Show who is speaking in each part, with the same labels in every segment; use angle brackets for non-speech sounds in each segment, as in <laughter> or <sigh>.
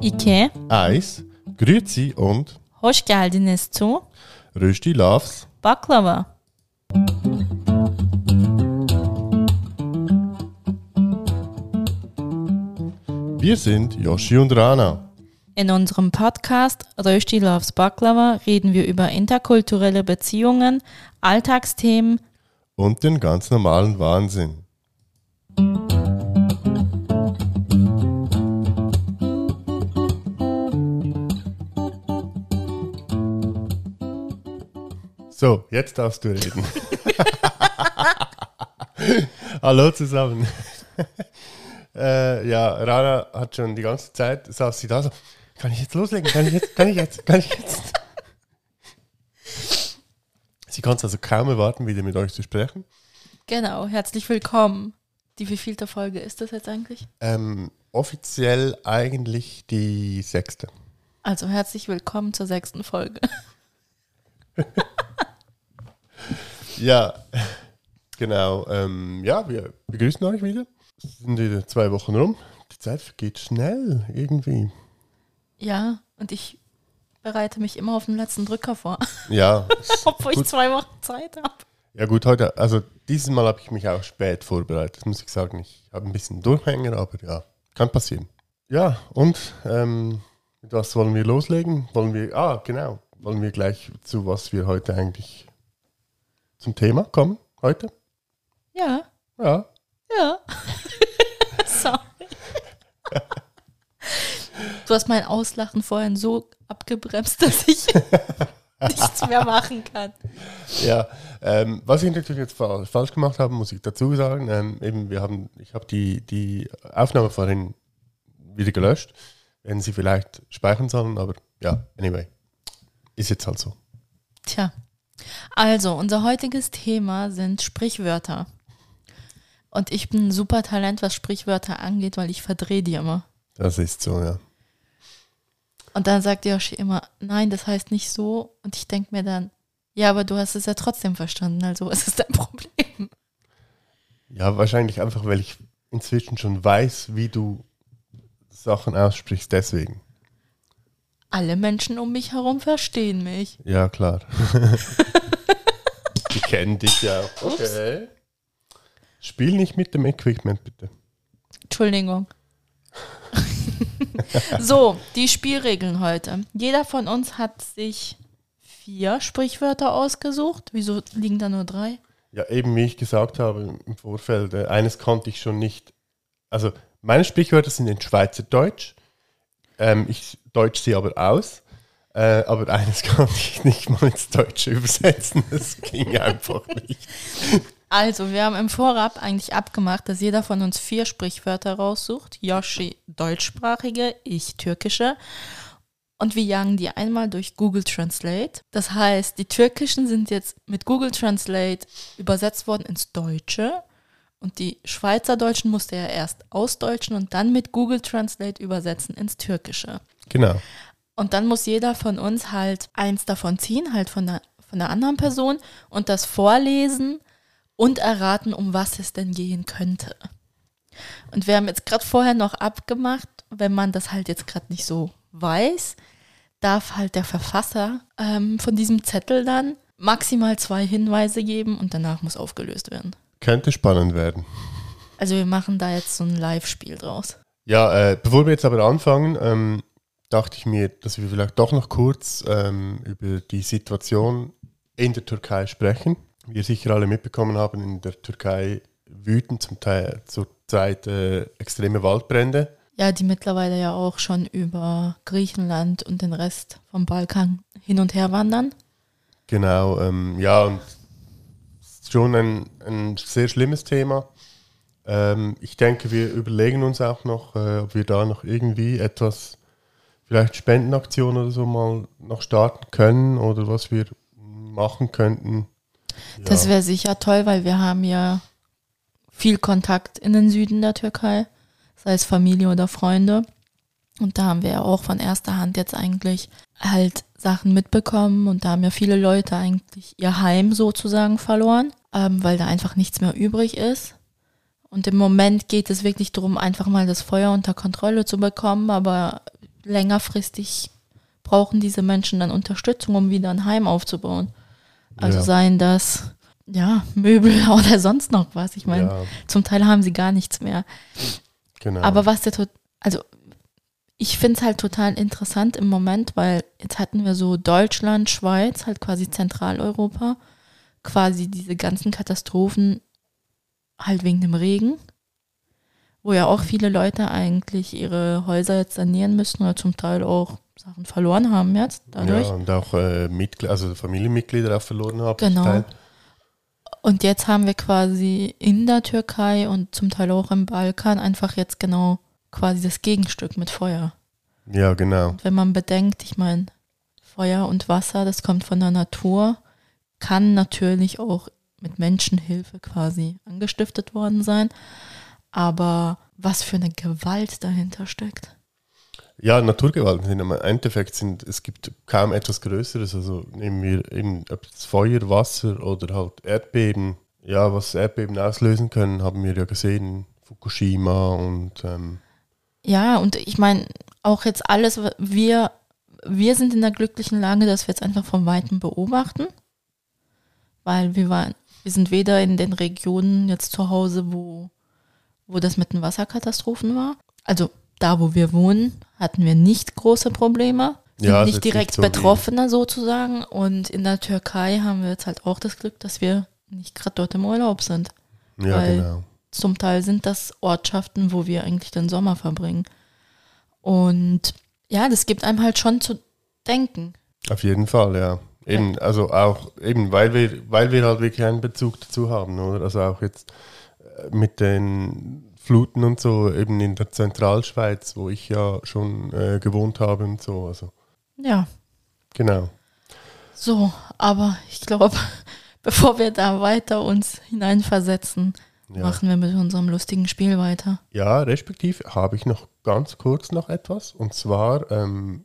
Speaker 1: Ike,
Speaker 2: Eis, Grüezi und
Speaker 1: hoş geldiniz zu
Speaker 2: Rösti loves
Speaker 1: Baklava.
Speaker 2: Wir sind Yoshi und Rana.
Speaker 1: In unserem Podcast Rösti Loves Baklava reden wir über interkulturelle Beziehungen, Alltagsthemen,
Speaker 2: Und den ganz normalen Wahnsinn. So, jetzt darfst du reden. <laughs> Hallo zusammen. <laughs> äh, ja, Rana hat schon die ganze Zeit, saß sie da so, kann ich jetzt loslegen? Kann ich jetzt? Kann ich jetzt? Kann ich jetzt? Sie konnte es also kaum erwarten, wieder mit euch zu sprechen.
Speaker 1: Genau, herzlich willkommen. Die wievielte Folge ist das jetzt eigentlich?
Speaker 2: Ähm, offiziell eigentlich die sechste.
Speaker 1: Also herzlich willkommen zur sechsten <laughs> Folge.
Speaker 2: Ja, <laughs> genau. Ähm, ja, wir begrüßen euch wieder. Es sind wieder zwei Wochen rum. Die Zeit vergeht schnell irgendwie.
Speaker 1: Ja, und ich bereite mich immer auf den letzten Drücker vor, <laughs>
Speaker 2: Ja, es-
Speaker 1: obwohl ich
Speaker 2: gut.
Speaker 1: zwei Wochen Zeit habe.
Speaker 2: ja gut, heute, also dieses Mal habe ich mich auch spät vorbereitet, das muss ich sagen. Ich habe ein bisschen Durchhänger, aber ja, kann passieren. Ja, und ähm, mit was wollen wir loslegen? Wollen wir, ah, genau, wollen wir gleich zu was wir heute eigentlich zum Thema kommen? Heute?
Speaker 1: Ja,
Speaker 2: Ja,
Speaker 1: Ja. Sorry. Du hast mein Auslachen vorhin so abgebremst, dass ich nichts mehr machen kann.
Speaker 2: Ja, ähm, was ich natürlich jetzt fa falsch gemacht habe, muss ich dazu sagen. Ähm, eben, wir haben, ich habe die, die Aufnahme vorhin wieder gelöscht. Hätten sie vielleicht speichern sollen, aber ja, anyway. Ist jetzt halt so.
Speaker 1: Tja. Also, unser heutiges Thema sind Sprichwörter. Und ich bin ein super Talent, was Sprichwörter angeht, weil ich verdrehe die immer.
Speaker 2: Das ist so, ja.
Speaker 1: Und dann sagt Yoshi immer, nein, das heißt nicht so. Und ich denke mir dann, ja, aber du hast es ja trotzdem verstanden, also was ist dein Problem?
Speaker 2: Ja, wahrscheinlich einfach, weil ich inzwischen schon weiß, wie du Sachen aussprichst, deswegen.
Speaker 1: Alle Menschen um mich herum verstehen mich.
Speaker 2: Ja, klar. <laughs> die kennen dich ja. Okay. Spiel nicht mit dem Equipment, bitte.
Speaker 1: Entschuldigung. <laughs> so, die Spielregeln heute. Jeder von uns hat sich vier Sprichwörter ausgesucht. Wieso liegen da nur drei?
Speaker 2: Ja, eben wie ich gesagt habe im Vorfeld, äh, eines konnte ich schon nicht. Also meine Sprichwörter sind in Schweizerdeutsch. Ähm, ich deutsch sie aber aus. Äh, aber eines <laughs> konnte ich nicht mal ins Deutsche übersetzen. Das ging einfach nicht.
Speaker 1: Also, wir haben im Vorab eigentlich abgemacht, dass jeder von uns vier Sprichwörter raussucht. Yoshi deutschsprachige, ich türkische. Und wir jagen die einmal durch Google Translate. Das heißt, die türkischen sind jetzt mit Google Translate übersetzt worden ins Deutsche. Und die Schweizerdeutschen musste er erst ausdeutschen und dann mit Google Translate übersetzen ins Türkische.
Speaker 2: Genau.
Speaker 1: Und dann muss jeder von uns halt eins davon ziehen, halt von der, von der anderen Person und das vorlesen und erraten, um was es denn gehen könnte. Und wir haben jetzt gerade vorher noch abgemacht, wenn man das halt jetzt gerade nicht so weiß, darf halt der Verfasser ähm, von diesem Zettel dann maximal zwei Hinweise geben und danach muss aufgelöst werden.
Speaker 2: Könnte spannend werden.
Speaker 1: Also wir machen da jetzt so ein Live-Spiel draus.
Speaker 2: Ja, äh, bevor wir jetzt aber anfangen, ähm, dachte ich mir, dass wir vielleicht doch noch kurz ähm, über die Situation in der Türkei sprechen. Wie ihr sicher alle mitbekommen haben, in der Türkei wüten zum Teil zurzeit äh, extreme Waldbrände.
Speaker 1: Ja, die mittlerweile ja auch schon über Griechenland und den Rest vom Balkan hin und her wandern.
Speaker 2: Genau, ähm, ja, und es ist schon ein, ein sehr schlimmes Thema. Ähm, ich denke, wir überlegen uns auch noch, äh, ob wir da noch irgendwie etwas, vielleicht Spendenaktion oder so mal noch starten können oder was wir machen könnten. Ja,
Speaker 1: Das wäre sicher toll, weil wir haben ja viel Kontakt in den Süden der Türkei, sei es Familie oder Freunde. Und da haben wir ja auch von erster Hand jetzt eigentlich halt Sachen mitbekommen und da haben ja viele Leute eigentlich ihr Heim sozusagen verloren, ähm, weil da einfach nichts mehr übrig ist. Und im Moment geht es wirklich darum, einfach mal das Feuer unter Kontrolle zu bekommen, aber längerfristig brauchen diese Menschen dann Unterstützung, um wieder ein Heim aufzubauen. Also
Speaker 2: Ja.
Speaker 1: seien das ja Möbel <laughs> oder sonst noch was. Ich meine,
Speaker 2: ja,
Speaker 1: zum Teil haben sie gar nichts mehr.
Speaker 2: genau.
Speaker 1: Aber was der tot, also ich finde es halt total interessant im Moment, weil jetzt hatten wir so Deutschland, Schweiz, halt quasi Zentraleuropa, quasi diese ganzen Katastrophen halt wegen dem Regen, wo ja auch viele Leute eigentlich ihre Häuser jetzt sanieren müssen oder zum Teil auch Sachen verloren haben jetzt dadurch.
Speaker 2: ja, und auch äh, Mitgl also Familienmitglieder auch verloren haben. zum
Speaker 1: Genau.
Speaker 2: Teil.
Speaker 1: Und jetzt haben wir quasi in der Türkei und zum Teil auch im Balkan einfach jetzt genau quasi das Gegenstück mit Feuer.
Speaker 2: Ja, genau.
Speaker 1: Und wenn man bedenkt, ich meine, Feuer und Wasser, das kommt von der Natur, kann natürlich auch mit Menschenhilfe quasi angestiftet worden sein. Aber was für eine Gewalt dahinter steckt.
Speaker 2: Ja, Naturgewalten sind im Endeffekt sind, es gibt kaum etwas Größeres. Also nehmen wir eben ob es Feuer, Wasser oder halt Erdbeben. Ja, was Erdbeben auslösen können, haben wir ja gesehen. Fukushima und ähm,
Speaker 1: Ja, und ich meine, auch jetzt alles, wa- wir, wir sind in der glücklichen Lage, dass wir jetzt einfach von Weitem beobachten, weil wir waren, wir sind weder in den Regionen jetzt zu Hause, wo, wo das mit den Wasserkatastrophen war. Also da, wo wir wohnen, hatten wir nicht große Probleme. Sind
Speaker 2: Ja, ist
Speaker 1: nicht
Speaker 2: jetzt nicht
Speaker 1: direkt
Speaker 2: so wie-
Speaker 1: Betroffener sozusagen. Und in der Türkei haben wir jetzt halt auch das Glück, dass wir nicht gerade dort im Urlaub sind.
Speaker 2: ja,
Speaker 1: Weil-
Speaker 2: genau.
Speaker 1: Zum Teil sind das Ortschaften, wo wir eigentlich den Sommer verbringen. Und ja, das gibt einem halt schon zu denken.
Speaker 2: Auf jeden Fall, ja. Eben, also auch eben, weil wir, weil wir halt wirklich einen Bezug dazu haben, oder? Also auch jetzt äh, mit den Fluten und so, eben in der Zentralschweiz, wo ich ja schon äh, gewohnt habe und so. Also,
Speaker 1: Ja,
Speaker 2: genau.
Speaker 1: so, aber ich glaube, <laughs> bevor wir da weiter uns hineinversetzen,
Speaker 2: Ja.
Speaker 1: machen wir mit unserem lustigen Spiel weiter.
Speaker 2: Ja, respektive habe ich noch ganz kurz noch etwas. Und zwar, ähm,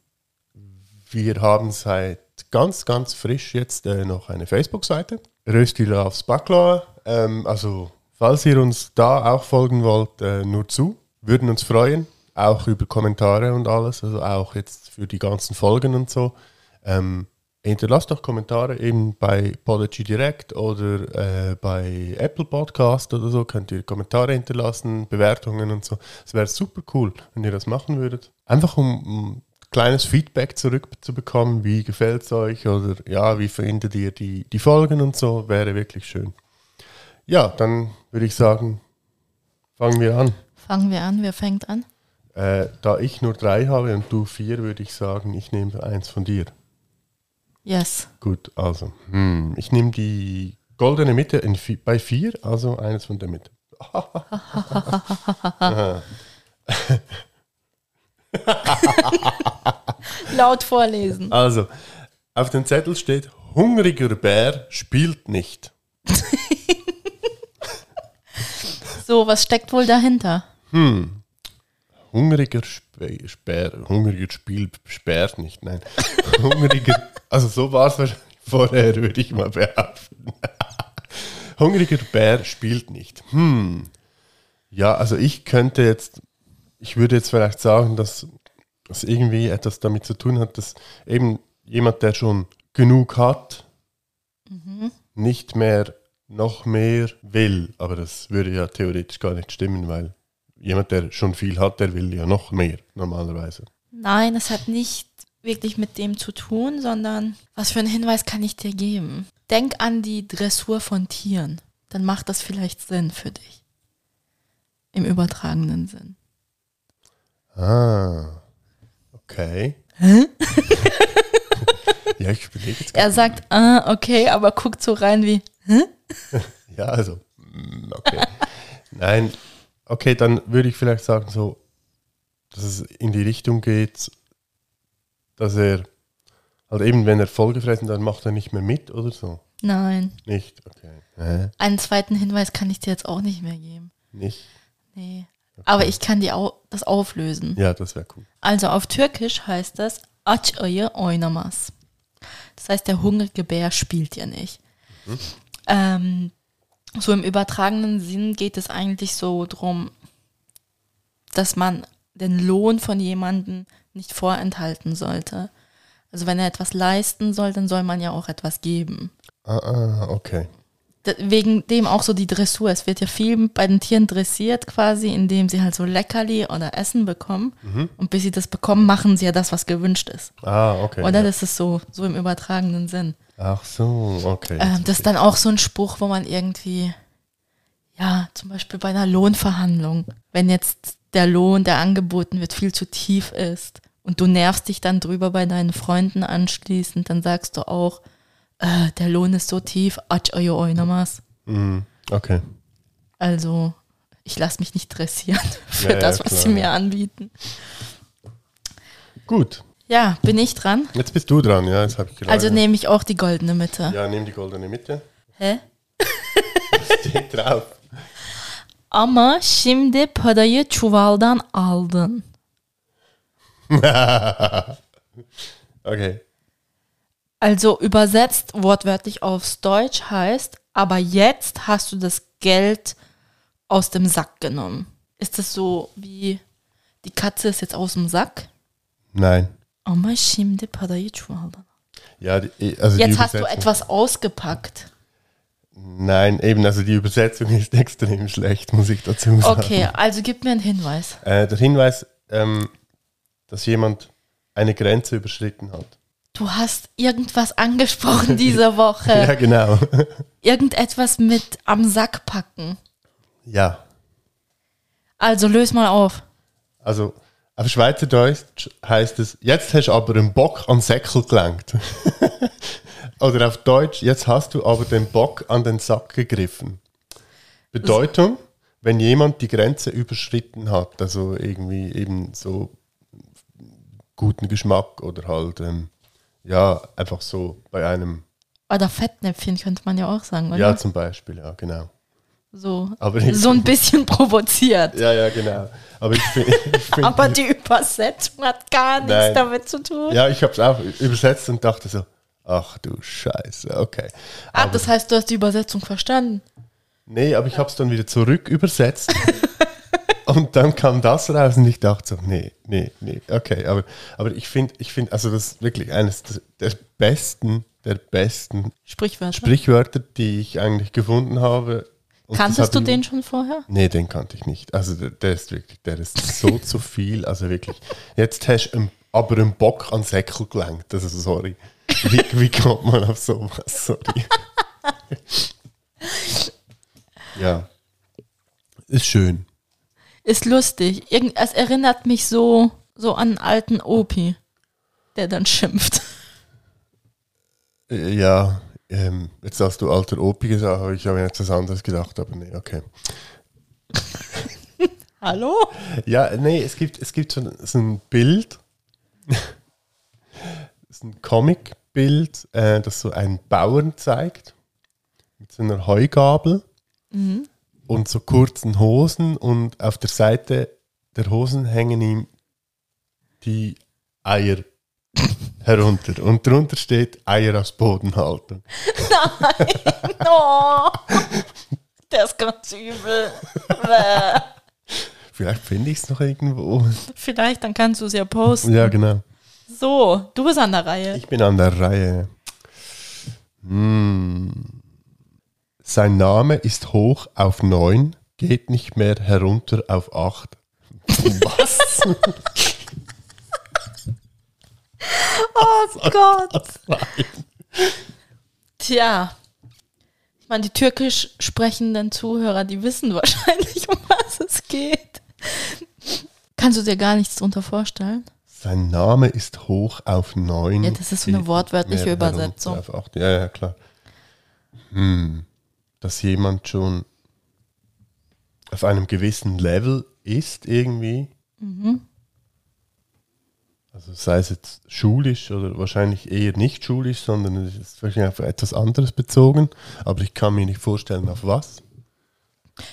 Speaker 2: wir haben seit ganz, ganz frisch jetzt äh, noch eine Facebook-Seite. Röstdealer aufs Backloa. Ähm, also, falls ihr uns da auch folgen wollt, äh, nur zu. Würden uns freuen. Auch über Kommentare und alles. Also auch jetzt für die ganzen Folgen und so. Ähm, hinterlasst doch Kommentare eben bei Podigy Direct oder äh, bei Apple Podcast oder so. Könnt ihr Kommentare hinterlassen, Bewertungen und so. Es wäre super cool, wenn ihr das machen würdet. Einfach um, um kleines Feedback zurückzubekommen, wie gefällt es euch oder ja, wie findet ihr die, die Folgen und so, wäre wirklich schön. Ja, dann würde ich sagen, fangen wir an.
Speaker 1: Fangen wir an, wer fängt an?
Speaker 2: Äh, da ich nur drei habe und du vier, würde ich sagen, ich nehme eins von dir.
Speaker 1: Yes.
Speaker 2: Gut, also. Hm, ich nehme die goldene Mitte in, vi- bei 4, also eines von der Mitte.
Speaker 1: Laut vorlesen.
Speaker 2: Also, auf dem Zettel steht, hungriger Bär spielt nicht.
Speaker 1: So, was steckt wohl dahinter?
Speaker 2: Hungriger Spe- Speer, hungriger spielt sperrt nicht, nein. <laughs> Hungriger, also so war es wahrscheinlich vorher, würde ich mal behaupten. <laughs> hungriger Bär spielt nicht. Hm. Ja, also ich könnte jetzt, ich würde jetzt vielleicht sagen, dass das irgendwie etwas damit zu tun hat, dass eben jemand, der schon genug hat, nicht mehr noch mehr will. Aber das würde ja theoretisch gar nicht stimmen, weil jemand, der schon viel hat, der will ja noch mehr normalerweise.
Speaker 1: Nein, es hat nicht wirklich mit dem zu tun, sondern was für einen Hinweis kann ich dir geben? Denk an die Dressur von Tieren. Dann macht das vielleicht Sinn für dich. Im übertragenen Sinn.
Speaker 2: Ah, okay. <laughs> ja, ich überlege jetzt.
Speaker 1: Er sagt, ah, okay, aber guckt so rein wie,
Speaker 2: Ja, also, mm, okay. Nein, okay, dann würde ich vielleicht sagen, so, dass es in die Richtung geht, dass er, also eben, wenn er vollgefressen, dann macht er nicht mehr mit oder so.
Speaker 1: nein.
Speaker 2: Nicht, okay. Hä?
Speaker 1: Einen zweiten Hinweis kann ich dir jetzt auch nicht mehr geben.
Speaker 2: Nicht?
Speaker 1: Nee. Aber ich kann dir au das auflösen.
Speaker 2: Ja, das wäre cool.
Speaker 1: Also auf Türkisch heißt das aç ayı oynamaz. Das heißt, der hungrige Bär spielt ja nicht. Ähm, so im übertragenen Sinn geht es eigentlich so drum, dass man den Lohn von jemandem nicht vorenthalten sollte. Also wenn er etwas leisten soll, dann soll man ja auch etwas geben.
Speaker 2: Ah, ah, okay.
Speaker 1: D- Wegen dem auch so die Dressur. Es wird ja viel bei den Tieren dressiert quasi, indem sie halt so Leckerli oder Essen bekommen.
Speaker 2: Mhm.
Speaker 1: Und bis sie das bekommen, machen sie ja das, was gewünscht ist.
Speaker 2: Ah, okay.
Speaker 1: Oder
Speaker 2: ja.
Speaker 1: das ist so, so im übertragenen Sinn.
Speaker 2: Ach so, okay.
Speaker 1: Ähm, das ist dann auch so ein Spruch, wo man irgendwie, ja, zum Beispiel bei einer Lohnverhandlung, wenn jetzt der Lohn, der angeboten wird, viel zu tief ist und du nervst dich dann drüber bei deinen Freunden anschließend, dann sagst du auch, äh, der Lohn ist so tief, atsch ojo oi nomas.
Speaker 2: Mhm, okay.
Speaker 1: Also, ich lasse mich nicht dressieren <laughs> für
Speaker 2: Ja, ja,
Speaker 1: das, was
Speaker 2: klar,
Speaker 1: sie mir
Speaker 2: ja.
Speaker 1: anbieten.
Speaker 2: Gut,
Speaker 1: Ja, bin ich dran?
Speaker 2: jetzt bist du dran, ja, jetzt habe ich gelernt.
Speaker 1: Also nehme ich auch die goldene Mitte.
Speaker 2: Ja, nimm die goldene Mitte. <laughs>
Speaker 1: Hä?
Speaker 2: Steht drauf.
Speaker 1: Ama şimdi parayı çuvaldan aldın.
Speaker 2: Okay.
Speaker 1: Also übersetzt wortwörtlich aufs Deutsch heißt, aber jetzt hast du das Geld aus dem Sack genommen. Ist das so wie die Katze ist jetzt aus dem Sack?
Speaker 2: Nein.
Speaker 1: Ama şimdi parayı çuvaldan.
Speaker 2: Ja, die, also die
Speaker 1: Jetzt hast du
Speaker 2: Übersetzung-
Speaker 1: etwas ausgepackt.
Speaker 2: Nein, eben, also die Übersetzung <laughs> ist extrem schlecht, muss ich dazu sagen. <laughs>
Speaker 1: Okay, also gib mir einen Hinweis.
Speaker 2: Äh, der Hinweis, ähm, dass jemand eine Grenze überschritten hat.
Speaker 1: Du hast irgendwas
Speaker 2: <laughs>
Speaker 1: angesprochen diese
Speaker 2: Ja,
Speaker 1: Woche.
Speaker 2: genau. <laughs>
Speaker 1: Irgendetwas mit am Sack packen.
Speaker 2: ja,
Speaker 1: Also löse mal auf.
Speaker 2: also auf Schweizerdeutsch heißt es, jetzt hast du aber einen Bock an den Säckel gelangt. <laughs> Oder auf Deutsch, jetzt hast du aber den Bock an den Sack gegriffen. Bedeutung, wenn jemand die Grenze überschritten hat, also irgendwie eben so guten Geschmack oder halt, ähm, ja, einfach so bei einem,
Speaker 1: Oder Fettnäpfchen könnte man ja auch sagen, oder?
Speaker 2: ja zum Beispiel, ja genau.
Speaker 1: So,
Speaker 2: Aber ich-
Speaker 1: so ein bisschen
Speaker 2: <laughs>
Speaker 1: provoziert.
Speaker 2: Ja, ja, genau. Aber ich finde, <laughs> ich find,
Speaker 1: Aber die Übersetzung hat gar nichts
Speaker 2: Nein.
Speaker 1: damit zu tun.
Speaker 2: ja, ich habe es auch übersetzt und dachte so, ach du Scheiße, okay.
Speaker 1: ah, das heißt, du hast die Übersetzung verstanden.
Speaker 2: Nee, aber ich habe es dann wieder zurück übersetzt. und dann kam das raus und ich dachte so, nee, nee, nee, okay. Aber, aber ich finde, ich finde, also das ist wirklich eines der- der besten, der besten
Speaker 1: Sprichwörter.
Speaker 2: Sprichwörter, die ich eigentlich gefunden habe. Und das hat
Speaker 1: Kanntest du
Speaker 2: im-
Speaker 1: den schon vorher?
Speaker 2: Nee, den kannte ich nicht. Also der, der ist wirklich, der ist <laughs> so zu viel. Also wirklich. Jetzt hast du einen- aber einen Bock an den Säckel gelenkt. Also sorry. Wie, wie kommt man auf sowas? Sorry. <laughs> ja. Ist schön.
Speaker 1: Ist lustig. Irgend, es erinnert mich so, so an einen alten Opi, der dann schimpft. <laughs>
Speaker 2: Äh, Ja. Ähm, jetzt hast du alter Opi gesagt, aber ich habe jetzt was anderes gedacht, aber nee, okay.
Speaker 1: Hallo?
Speaker 2: Ja, nee, es gibt, es gibt so ein, so ein Bild, das ist ein Comic-Bild, äh, das so einen Bauern zeigt, mit so einer Heugabel und so kurzen Hosen und auf der Seite der Hosen hängen ihm die Eier <laughs> herunter und drunter steht Eier aus Bodenhaltung.
Speaker 1: No. Oh, Der ist ganz übel. Bäh.
Speaker 2: Vielleicht finde ich es noch irgendwo.
Speaker 1: Vielleicht, dann kannst du es ja posten.
Speaker 2: Ja, genau.
Speaker 1: So, du bist an der Reihe.
Speaker 2: Ich bin an der Reihe. Hm. Sein Name ist hoch auf 9, geht nicht mehr herunter auf 8. Was?
Speaker 1: Oh Gott. Tja. Ich meine, die türkisch sprechenden Zuhörer, die wissen wahrscheinlich, um was es geht. Kannst du dir gar nichts drunter vorstellen?
Speaker 2: Sein Name ist hoch auf 9.
Speaker 1: Ja, das ist so eine wortwörtliche Übersetzung.
Speaker 2: Auf 8. Ja, ja, klar. Hm. Dass jemand schon auf einem gewissen Level ist irgendwie.
Speaker 1: Mhm.
Speaker 2: Also sei es jetzt schulisch oder wahrscheinlich eher nicht schulisch, sondern es ist wahrscheinlich auf etwas anderes bezogen. Aber ich kann mir nicht vorstellen, auf was.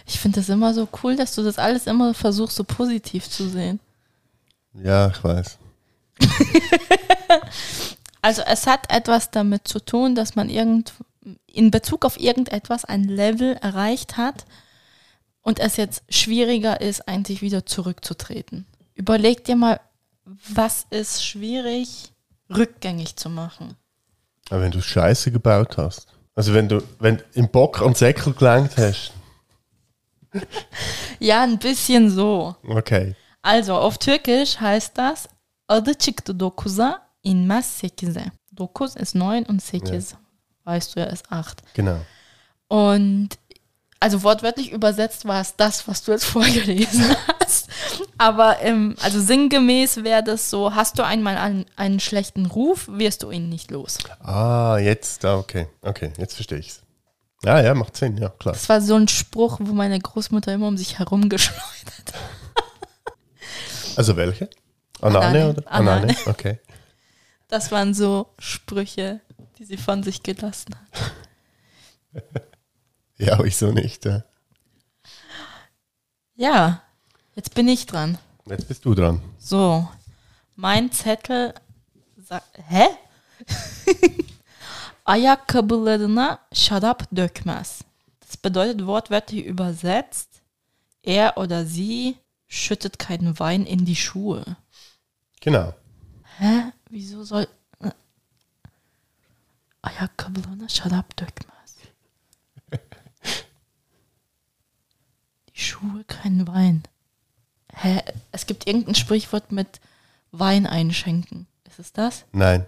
Speaker 1: Ich finde das immer so cool, dass du das alles immer versuchst, so positiv zu sehen.
Speaker 2: Ja, ich weiß.
Speaker 1: Also es hat etwas damit zu tun, dass man irgend in Bezug auf irgendetwas ein Level erreicht hat und es jetzt schwieriger ist, eigentlich wieder zurückzutreten. Überleg dir mal, was ist schwierig rückgängig zu machen?
Speaker 2: Aber wenn du Scheiße gebaut hast, also wenn du wenn im Bock am Säckel gelangt hast,
Speaker 1: Ja, ein bisschen so.
Speaker 2: okay.
Speaker 1: Also auf Türkisch heißt das adı çıktı dokuza inmez sekize. Dokuz ist neun und sekiz, weißt du ja, ist acht.
Speaker 2: Genau.
Speaker 1: Und also wortwörtlich übersetzt war es das, was du jetzt <laughs> vorgelesen hast. Aber ähm, also sinngemäß wäre das so, hast du einmal einen, einen schlechten Ruf, wirst du ihn nicht los.
Speaker 2: Ah, jetzt, ah, okay, okay, jetzt verstehe ich's. Ja, ja, macht Sinn, ja, klar.
Speaker 1: Das war so ein Spruch, wo meine Großmutter immer um sich herum geschleudert hat.
Speaker 2: Also welche? Anane,
Speaker 1: Anane.
Speaker 2: oder?
Speaker 1: Anane.
Speaker 2: <laughs> okay.
Speaker 1: Das waren so Sprüche, die sie von sich gelassen hat.
Speaker 2: Ja, wieso nicht? Ja.
Speaker 1: Ja, jetzt bin ich dran.
Speaker 2: Jetzt bist du dran.
Speaker 1: So, mein Zettel. sa- Hä? <laughs> Ayakkabılarına şarap dökmez. Das bedeutet wortwörtlich übersetzt, er oder sie schüttet keinen Wein in die Schuhe.
Speaker 2: Genau.
Speaker 1: Hä? Wieso soll... äh, Ah Ayakkabılarına şarap dökmez. Die Schuhe keinen Wein. Hä? Es gibt irgendein Sprichwort mit Wein einschenken. Ist es das?
Speaker 2: Nein.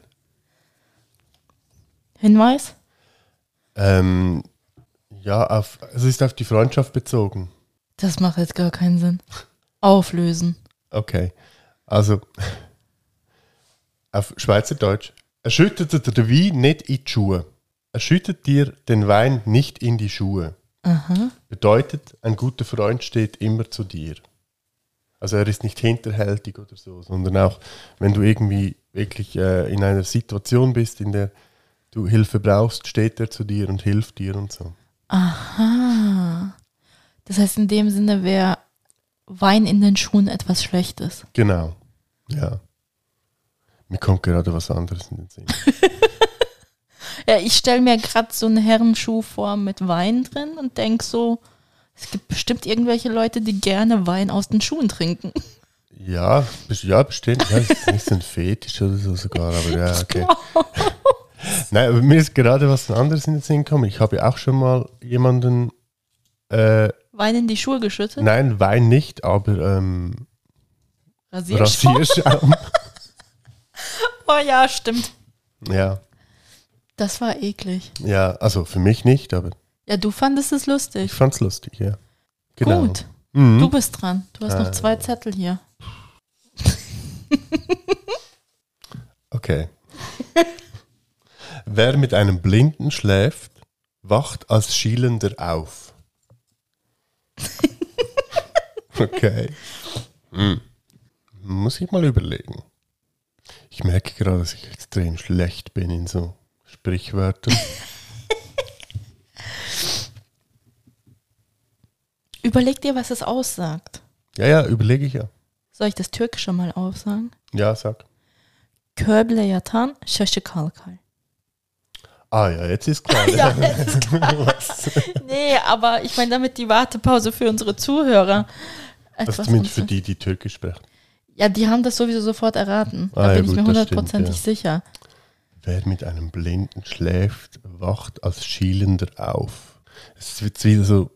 Speaker 1: Hinweis?
Speaker 2: Ähm, ja, auf, also es ist auf die Freundschaft bezogen.
Speaker 1: Das macht jetzt gar keinen Sinn. Auflösen.
Speaker 2: Okay. Also, auf Schweizerdeutsch. Er schüttet dir den Wein nicht in die Schuhe. Er schüttet dir den Wein nicht in die Schuhe.
Speaker 1: Aha.
Speaker 2: Bedeutet, ein guter Freund steht immer zu dir. Also er ist nicht hinterhältig oder so, sondern auch, wenn du irgendwie wirklich äh, in einer Situation bist, in der du Hilfe brauchst, steht er zu dir und hilft dir und so.
Speaker 1: Aha. Das heißt, in dem Sinne wäre Wein in den Schuhen etwas Schlechtes.
Speaker 2: Genau. Ja. Mir kommt gerade was anderes in den Sinn.
Speaker 1: Ja, Äh, ich stelle mir gerade so einen Herrenschuh vor mit Wein drin und denke so, es gibt bestimmt irgendwelche Leute, die gerne Wein aus den Schuhen trinken. <laughs>
Speaker 2: Ja, bes- ja bestimmt. Ja, ist jetzt nicht so ein Fetisch oder so sogar, aber ja, okay. <laughs> Nein, aber mir ist gerade was anderes in den Sinn gekommen. Ich habe ja auch schon mal jemanden, äh,
Speaker 1: Wein in die Schuhe geschüttet?
Speaker 2: nein, Wein nicht, aber ähm,
Speaker 1: Rasierschaum?
Speaker 2: Rasierschaum.
Speaker 1: Oh ja, stimmt.
Speaker 2: <laughs> ja,
Speaker 1: Das war eklig.
Speaker 2: ja, also für mich nicht, aber
Speaker 1: Ja, du fandest es
Speaker 2: ich
Speaker 1: lustig.
Speaker 2: fand's lustig, ja. Genau.
Speaker 1: Gut.
Speaker 2: Mhm.
Speaker 1: Du bist dran. Du hast noch
Speaker 2: Äh.
Speaker 1: zwei Zettel hier.
Speaker 2: Okay. <laughs> Wer mit einem Blinden schläft, wacht als Schielender
Speaker 1: <laughs>
Speaker 2: auf. Okay. Hm. Muss ich mal überlegen. Ich merke gerade, dass ich extrem schlecht bin in so
Speaker 1: <laughs>
Speaker 2: Sprichwörtern.
Speaker 1: Überleg dir, was es aussagt.
Speaker 2: Ja, ja, überlege ich ja.
Speaker 1: Soll ich das Türkische mal aufsagen?
Speaker 2: Ja, sag.
Speaker 1: Köble yatan
Speaker 2: <laughs>
Speaker 1: şaşı kalkar.
Speaker 2: Ah ja, jetzt ist klar.
Speaker 1: <laughs> Ja, ist
Speaker 2: <laughs>
Speaker 1: Nee, aber ich meine damit die Wartepause für unsere Zuhörer.
Speaker 2: Also
Speaker 1: Etwas
Speaker 2: zumindest für
Speaker 1: unzu-
Speaker 2: die, die Türkisch sprechen.
Speaker 1: Ja, die haben das sowieso sofort erraten. Da
Speaker 2: Ah, ja,
Speaker 1: bin ich
Speaker 2: gut,
Speaker 1: mir
Speaker 2: das stimmt,
Speaker 1: hundertprozentig
Speaker 2: ja.
Speaker 1: sicher.
Speaker 2: Wer mit einem Blinden schläft, wacht als Schielender auf. Es wird wieder so,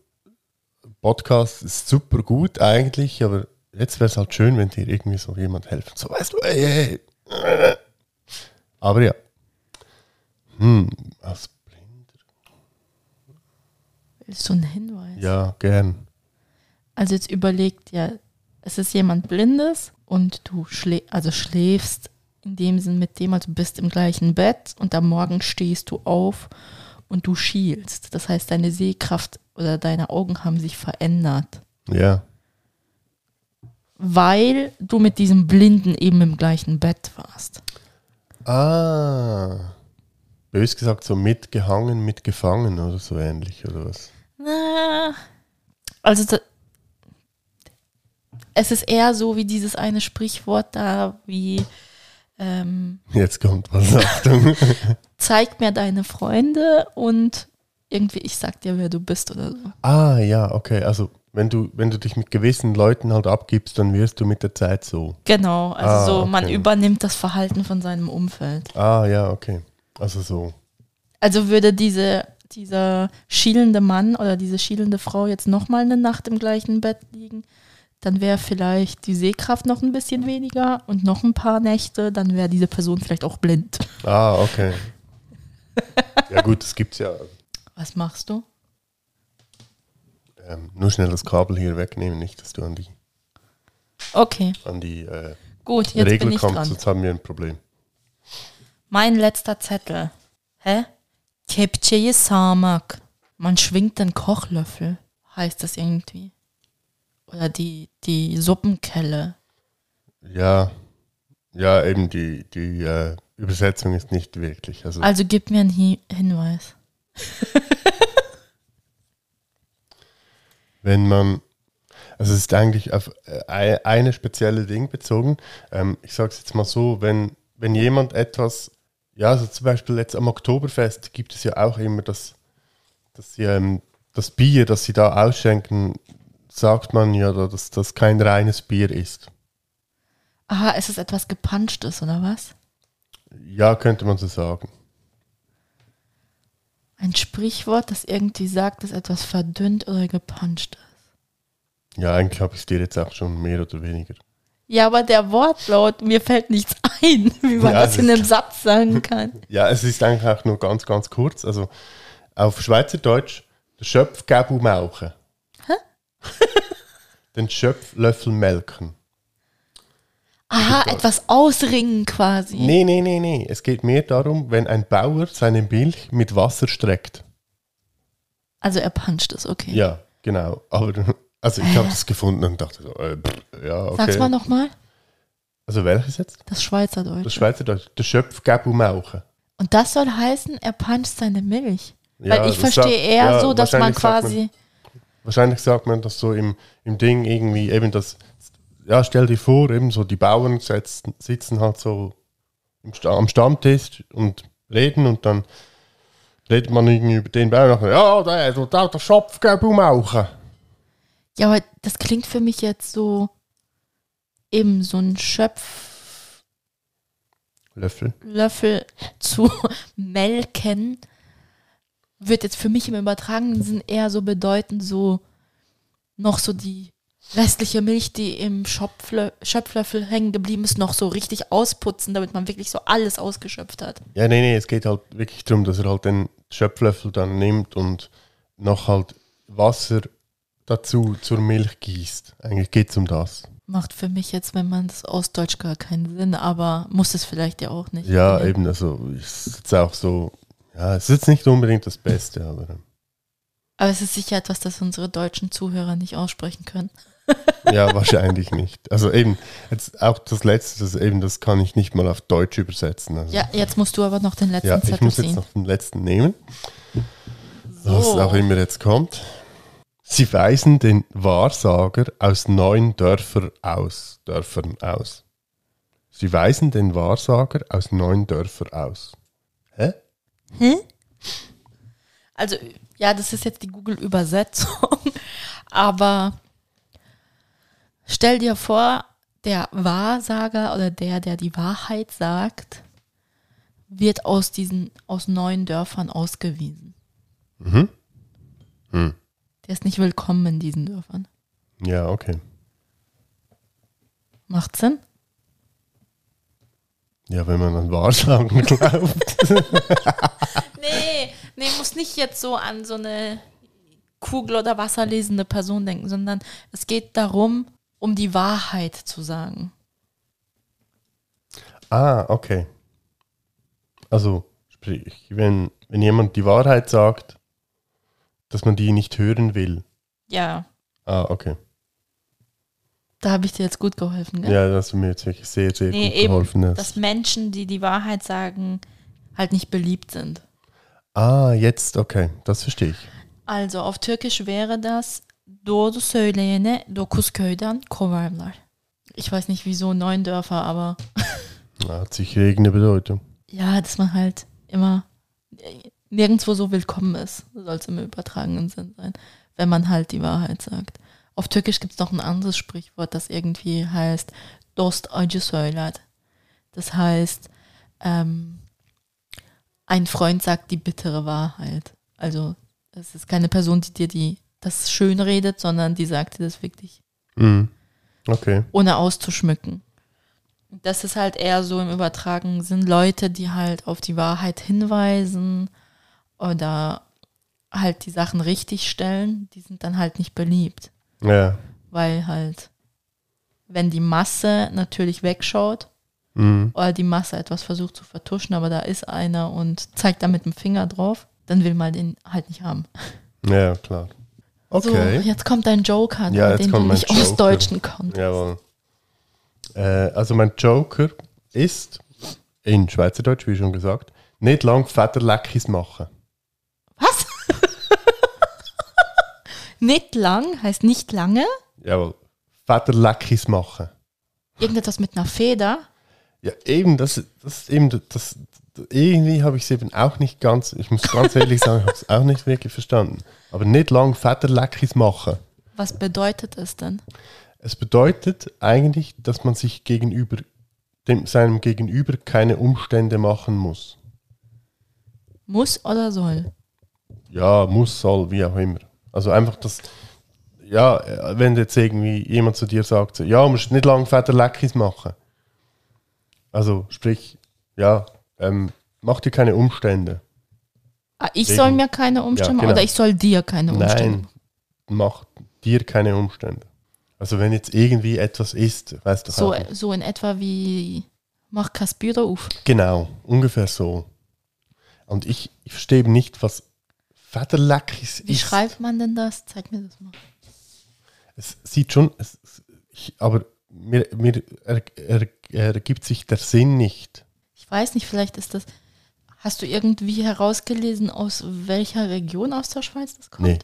Speaker 2: Podcast ist super gut eigentlich, aber jetzt wäre es halt schön, wenn dir irgendwie so jemand hilft. So, weißt du, ey, ey. äh. Aber ja. Hm, als Blinder.
Speaker 1: Willst du einen Hinweis?
Speaker 2: Ja, gern.
Speaker 1: Also jetzt überlegt ja, es ist jemand Blindes und du schlä also schläfst in dem Sinn mit dem, also du bist im gleichen Bett und am Morgen stehst du auf und du schielst. Das heißt, deine Sehkraft oder deine Augen haben sich verändert,
Speaker 2: Ja,
Speaker 1: weil du mit diesem Blinden eben im gleichen Bett warst.
Speaker 2: Ah. Bös gesagt, so mitgehangen, mitgefangen oder so ähnlich, oder was?
Speaker 1: Na, Also da, es ist eher so wie dieses eine Sprichwort da, wie ähm,
Speaker 2: Jetzt kommt was. Achtung.
Speaker 1: zeig mir deine Freunde und irgendwie ich sag dir, wer du bist oder so.
Speaker 2: ah, ja, okay. Also, wenn du, wenn du dich mit gewissen Leuten halt abgibst, dann wirst du mit der Zeit so.
Speaker 1: Genau, also
Speaker 2: Ah,
Speaker 1: so, man
Speaker 2: okay.
Speaker 1: übernimmt das Verhalten von seinem Umfeld.
Speaker 2: Ah, ja, okay. Also so.
Speaker 1: Also würde diese, dieser schielende Mann oder diese schielende Frau jetzt nochmal eine Nacht im gleichen Bett liegen, dann wäre vielleicht die Sehkraft noch ein bisschen weniger und noch ein paar Nächte, dann wäre diese Person vielleicht auch blind.
Speaker 2: Ah,
Speaker 1: <laughs>
Speaker 2: okay. ja, gut, das gibt's ja.
Speaker 1: Was machst du?
Speaker 2: Ähm, nur schnell das Kabel hier wegnehmen, nicht, dass du an die,
Speaker 1: Okay,
Speaker 2: an die äh,
Speaker 1: gut, jetzt bin
Speaker 2: Regel
Speaker 1: ich
Speaker 2: kommst,
Speaker 1: dran.
Speaker 2: sonst haben wir ein Problem.
Speaker 1: Mein letzter Zettel. Hä? Kepçeyi sarmak. Man schwingt den Kochlöffel, heißt das irgendwie. Oder die, die Suppenkelle.
Speaker 2: Ja, ja, eben die, die äh, Übersetzung ist nicht wirklich. Also,
Speaker 1: Also gib mir einen Hi Hinweis.
Speaker 2: wenn man, also es ist eigentlich auf äh, ei- eine spezielle Ding bezogen. Ähm, ich sage es jetzt mal so, wenn, wenn jemand etwas, ja, also zum Beispiel jetzt am Oktoberfest gibt es ja auch immer das, dass sie, ähm, das Bier, das sie da ausschenken, sagt man ja, dass das kein reines Bier ist.
Speaker 1: Aha, ist es etwas Gepanschtes oder was?
Speaker 2: Ja, könnte man so sagen.
Speaker 1: Ein Sprichwort, das irgendwie sagt, dass etwas verdünnt oder gepanscht ist.
Speaker 2: Ja, eigentlich habe ich es dir jetzt auch schon mehr oder weniger.
Speaker 1: Ja, aber der Wortlaut, mir fällt nichts ein, <laughs> wie man
Speaker 2: Ja,
Speaker 1: das in
Speaker 2: das-
Speaker 1: einem Satz
Speaker 2: <laughs>
Speaker 1: sagen kann.
Speaker 2: Ja, es ist eigentlich auch nur ganz, ganz kurz. Also auf Schweizerdeutsch, der Schöpf Gabu mauchen. <laughs> Den Schöpflöffel melken.
Speaker 1: Aha, etwas ausringen quasi.
Speaker 2: Nee, nee, nee, nee. Es geht mehr darum, wenn ein Bauer seine Milch mit Wasser streckt.
Speaker 1: Also er panscht es, okay.
Speaker 2: Ja, genau. Aber du- also ich habe das gefunden und dachte so, äh, pff, ja, okay.
Speaker 1: Sag's mal nochmal.
Speaker 2: Also welches jetzt?
Speaker 1: Das Schweizerdeutsch.
Speaker 2: Das Schweizerdeutsch, der Schöpf Gabu mauchen.
Speaker 1: Und das soll heißen, er puncht seine Milch.
Speaker 2: Ja,
Speaker 1: Weil ich
Speaker 2: das
Speaker 1: verstehe
Speaker 2: sagt-
Speaker 1: eher
Speaker 2: ja,
Speaker 1: so, dass man
Speaker 2: wahrscheinlich sagt man-
Speaker 1: quasi.
Speaker 2: Wahrscheinlich sagt man das so im, im Ding irgendwie, eben das, ja, stell dir vor, eben so die Bauern setzen, sitzen halt so im, Sta- am Stammtisch und reden und dann redet man irgendwie über den Bauern und sagt, ja, der, der, der, der Schopf geht umauchen.
Speaker 1: ja, aber das klingt für mich jetzt so eben so ein Schöpflöffel <laughs>
Speaker 2: Löffel.
Speaker 1: zu melken. Wird jetzt für mich im übertragenen Sinn eher so bedeuten, so noch so die restliche Milch, die im Schöpflö Schöpflöffel hängen geblieben ist, noch so richtig ausputzen, damit man wirklich so alles ausgeschöpft hat.
Speaker 2: Ja, nee, nee, es geht halt wirklich darum, dass er halt den Schöpflöffel dann nimmt und noch halt Wasser dazu zur Milch gießt. Eigentlich geht es um das.
Speaker 1: Macht für mich jetzt, wenn man es aus Deutsch gar keinen Sinn, aber muss es vielleicht ja auch nicht. Äh,
Speaker 2: Ja, eben, also es ist jetzt auch so, ja, es ist jetzt nicht unbedingt das Beste, aber
Speaker 1: Aber es ist sicher etwas, das unsere deutschen Zuhörer nicht aussprechen können.
Speaker 2: ähm, ja, <laughs> wahrscheinlich nicht. Also eben, jetzt auch das Letzte, das eben, das kann ich nicht mal auf Deutsch übersetzen. Also,
Speaker 1: Ja, jetzt musst du aber noch den letzten
Speaker 2: ja, ich
Speaker 1: Zettel
Speaker 2: muss jetzt
Speaker 1: ziehen.
Speaker 2: noch den letzten nehmen, was auch immer jetzt kommt. Sie weisen den Wahrsager aus neun Dörfer aus, Dörfern aus. Sie weisen den Wahrsager aus neun Dörfern aus. Hä?
Speaker 1: Hä? Also, ja, das ist jetzt die Google-Übersetzung. <laughs> Aber stell dir vor, der Wahrsager oder der, der die Wahrheit sagt, wird aus diesen, aus neun Dörfern ausgewiesen.
Speaker 2: Mhm. Hm.
Speaker 1: Der ist nicht willkommen in diesen Dörfern.
Speaker 2: Ja, okay.
Speaker 1: Macht Sinn?
Speaker 2: Ja, wenn man an Wahrsagen <laughs> glaubt.
Speaker 1: Nee, nee, muss nicht jetzt so an so eine Kugel oder wasserlesende Person denken, sondern es geht darum, um die Wahrheit zu sagen.
Speaker 2: Ah, okay. Also, sprich, wenn, wenn jemand die Wahrheit sagt, dass man die nicht hören will.
Speaker 1: Ja,
Speaker 2: Ah, okay.
Speaker 1: da habe ich dir jetzt gut geholfen, gell?
Speaker 2: Ja, das hast du mir jetzt wirklich sehr, sehr
Speaker 1: Nee,
Speaker 2: gut
Speaker 1: eben,
Speaker 2: geholfen. hast.
Speaker 1: Dass Menschen, die die Wahrheit sagen, halt nicht beliebt sind.
Speaker 2: Ah, jetzt, okay, das verstehe ich.
Speaker 1: Also auf Türkisch wäre das Doğru söyleyene dokuz köyden kovarlar. Ich weiß nicht wieso neun Dörfer, aber
Speaker 2: Ah, Hat sicher irgendeine Bedeutung.
Speaker 1: ja, dass man halt immer äh, nirgendwo so willkommen ist, soll es im übertragenen Sinn sein, wenn man halt die Wahrheit sagt. Auf Türkisch gibt es noch ein anderes Sprichwort, das irgendwie heißt Dost Acı söyler. Das heißt, ähm, ein Freund sagt die bittere Wahrheit. Also es ist keine Person, die dir die, das schön redet, sondern die sagt dir das wirklich,
Speaker 2: Mhm. Okay.
Speaker 1: ohne auszuschmücken. Das ist halt eher so im übertragenen Sinn Leute, die halt auf die Wahrheit hinweisen oder halt die Sachen richtig stellen, die sind dann halt nicht beliebt
Speaker 2: Ja.
Speaker 1: weil halt, wenn die Masse natürlich wegschaut
Speaker 2: Mhm.
Speaker 1: oder die Masse etwas versucht zu vertuschen, aber da ist einer und zeigt da mit dem Finger drauf, dann will man den halt nicht haben.
Speaker 2: Ja, klar. Okay.
Speaker 1: So, jetzt kommt dein Joker,
Speaker 2: Ja, jetzt
Speaker 1: den du
Speaker 2: kommt mein
Speaker 1: nicht aus
Speaker 2: Joker.
Speaker 1: Deutschen konntest.
Speaker 2: Jawohl. Äh, also mein Joker ist in Schweizerdeutsch, wie schon gesagt, nicht lang Federleckis machen.
Speaker 1: Was? nicht lang heißt nicht lange.
Speaker 2: Jawohl. Federleckis machen.
Speaker 1: Irgendetwas mit einer Feder.
Speaker 2: Ja, eben, das, das ist eben, das, irgendwie habe ich es eben auch nicht ganz, ich muss ganz ehrlich sagen, ich habe es auch nicht wirklich verstanden. Aber nicht lang Federleckis machen.
Speaker 1: Was bedeutet es denn?
Speaker 2: Es bedeutet eigentlich, dass man sich gegenüber dem, seinem Gegenüber keine Umstände machen muss.
Speaker 1: Muss oder soll?
Speaker 2: Ja, muss, soll, wie auch immer. Also einfach das, ja, äh, wenn jetzt irgendwie jemand zu dir sagt, so, ja, musst nicht lang Federleckis machen. Also sprich, ja, ähm, mach dir keine Umstände.
Speaker 1: Ah, Ich
Speaker 2: Wegen-
Speaker 1: soll mir keine Umstände
Speaker 2: genau.
Speaker 1: oder ich soll dir keine
Speaker 2: Nein,
Speaker 1: Umstände
Speaker 2: mach dir keine Umstände. Also wenn jetzt irgendwie etwas ist, weißt du halt,
Speaker 1: So,
Speaker 2: auch nicht.
Speaker 1: so in etwa wie mach Kaspira auf.
Speaker 2: Genau, ungefähr so. Und ich, ich verstehe eben nicht, was Federleckis ist.
Speaker 1: Wie schreibt man denn das? Zeig mir das mal.
Speaker 2: Es sieht schon, es, es- ich, aber mir, mir er, er, ergibt sich der Sinn nicht.
Speaker 1: Ich weiß nicht, vielleicht ist das. Hast du irgendwie herausgelesen, aus welcher Region aus der Schweiz das kommt?
Speaker 2: Nee.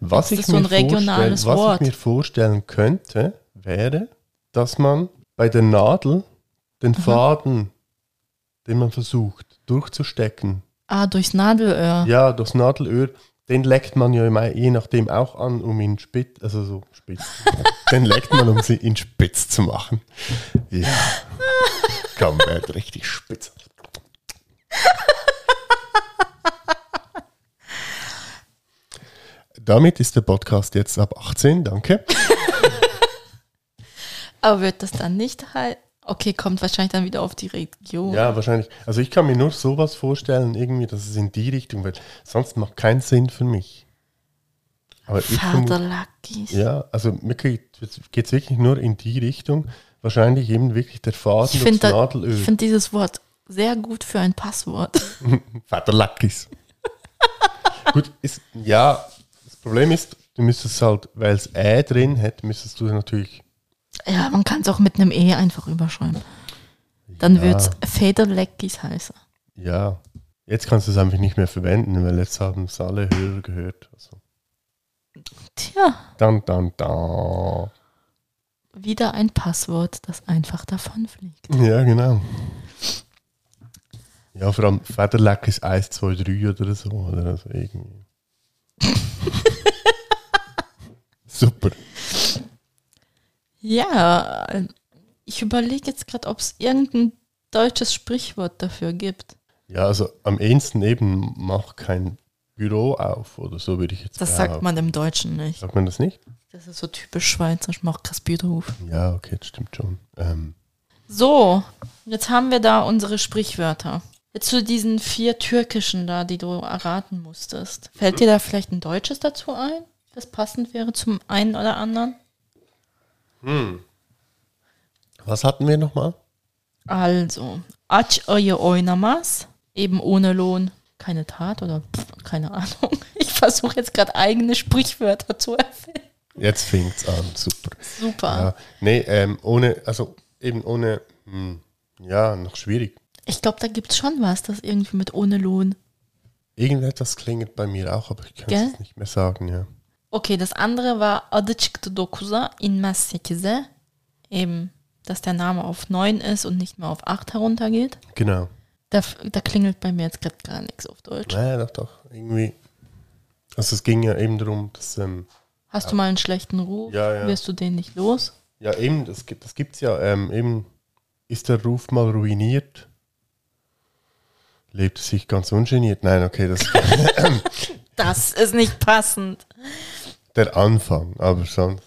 Speaker 2: Was,
Speaker 1: Das ist
Speaker 2: ich,
Speaker 1: so
Speaker 2: mir
Speaker 1: ein regionales
Speaker 2: vorstell- was
Speaker 1: Wort.
Speaker 2: ich mir vorstellen könnte, wäre, dass man bei der Nadel den Faden, den man versucht durchzustecken,
Speaker 1: Ah, durchs Nadelöhr.
Speaker 2: Ja, das Nadelöhr, den leckt man ja immer, je nachdem auch an, um ihn spitz, also so spitz. <laughs> den leckt man, um sie ihn spitz zu machen. Ja. Komm, wird richtig spitz. Damit ist der Podcast jetzt ab 18, danke.
Speaker 1: Aber wird das dann nicht halt. Okay, kommt wahrscheinlich dann wieder auf die Region.
Speaker 2: Ja, wahrscheinlich. Also ich kann mir nur sowas vorstellen, irgendwie, dass es in die Richtung wird. Sonst macht keinen Sinn für mich. Aber ich vermute-
Speaker 1: Vaterlackis.
Speaker 2: Ja, also mir geht es wirklich nur in die Richtung. Wahrscheinlich eben wirklich der Faden
Speaker 1: Ich
Speaker 2: durchs
Speaker 1: finde da-
Speaker 2: Nadelöhr.
Speaker 1: ich find dieses Wort sehr gut für ein Passwort.
Speaker 2: Vaterlackis. <laughs> Gut, ist, ja, das Problem ist, du müsstest halt, weil es Ä drin hat, müsstest du natürlich.
Speaker 1: Ja, man kann es auch mit einem E einfach überschreiben. Dann
Speaker 2: Ja.
Speaker 1: wird es Federleckis heißen.
Speaker 2: Ja, jetzt kannst du es einfach nicht mehr verwenden, weil jetzt haben es alle Hörer gehört. Also,
Speaker 1: Tja.
Speaker 2: dann, dann, da.
Speaker 1: Wieder ein Passwort, das einfach davonfliegt.
Speaker 2: Ja, genau. Ja, vor allem Federleckis 1, 2, 3 oder so. Oder also
Speaker 1: <laughs>
Speaker 2: irgendwie. Super.
Speaker 1: Ja, äh, ich überlege jetzt gerade, ob es irgendein deutsches Sprichwort dafür gibt.
Speaker 2: Ja, also am ehesten eben mach kein Büro auf oder so würde ich jetzt
Speaker 1: Das
Speaker 2: behaupten.
Speaker 1: sagt man im Deutschen nicht.
Speaker 2: Sagt man das nicht?
Speaker 1: Das ist so typisch Schweizerisch, mach Kaspierhof.
Speaker 2: Ja, okay, das stimmt schon. Ähm,
Speaker 1: So, jetzt haben wir da unsere Sprichwörter. Jetzt zu diesen vier türkischen da, die du erraten musstest. Fällt dir da vielleicht ein deutsches dazu ein, das passend wäre zum einen oder anderen?
Speaker 2: was hatten wir nochmal?
Speaker 1: Also, Aç oje oynamaz, eben ohne Lohn keine Tat oder pff, keine Ahnung. <laughs> Ich versuche jetzt gerade eigene Sprichwörter zu erfinden.
Speaker 2: Jetzt fängt's an, super.
Speaker 1: Super.
Speaker 2: Ja, nee, ähm, ohne, also eben ohne, hm, ja, noch schwierig.
Speaker 1: Ich glaube, da gibt es schon was, das irgendwie mit ohne Lohn.
Speaker 2: Irgendetwas klingelt bei mir auch, aber ich kann
Speaker 1: Gell?
Speaker 2: es jetzt nicht mehr sagen, ja.
Speaker 1: Okay, das andere war Adı çıktı dokuza, inmez sekize. Eben, dass der Name auf 9 ist und nicht mehr auf 8 heruntergeht.
Speaker 2: Genau.
Speaker 1: Da, f- da klingelt bei mir jetzt gerade gar nichts auf Deutsch.
Speaker 2: Nein, doch, doch. Irgendwie. Also es ging ja eben darum, dass ähm,
Speaker 1: Hast du mal einen schlechten Ruf?
Speaker 2: Ja, ja.
Speaker 1: Wirst du den nicht los?
Speaker 2: Ja, eben, das gibt es gibt's ja. Ähm, eben ist der Ruf mal ruiniert, lebt es sich ganz ungeniert. Nein, okay, das ist <laughs>
Speaker 1: Das ist nicht passend.
Speaker 2: der Anfang, aber sonst.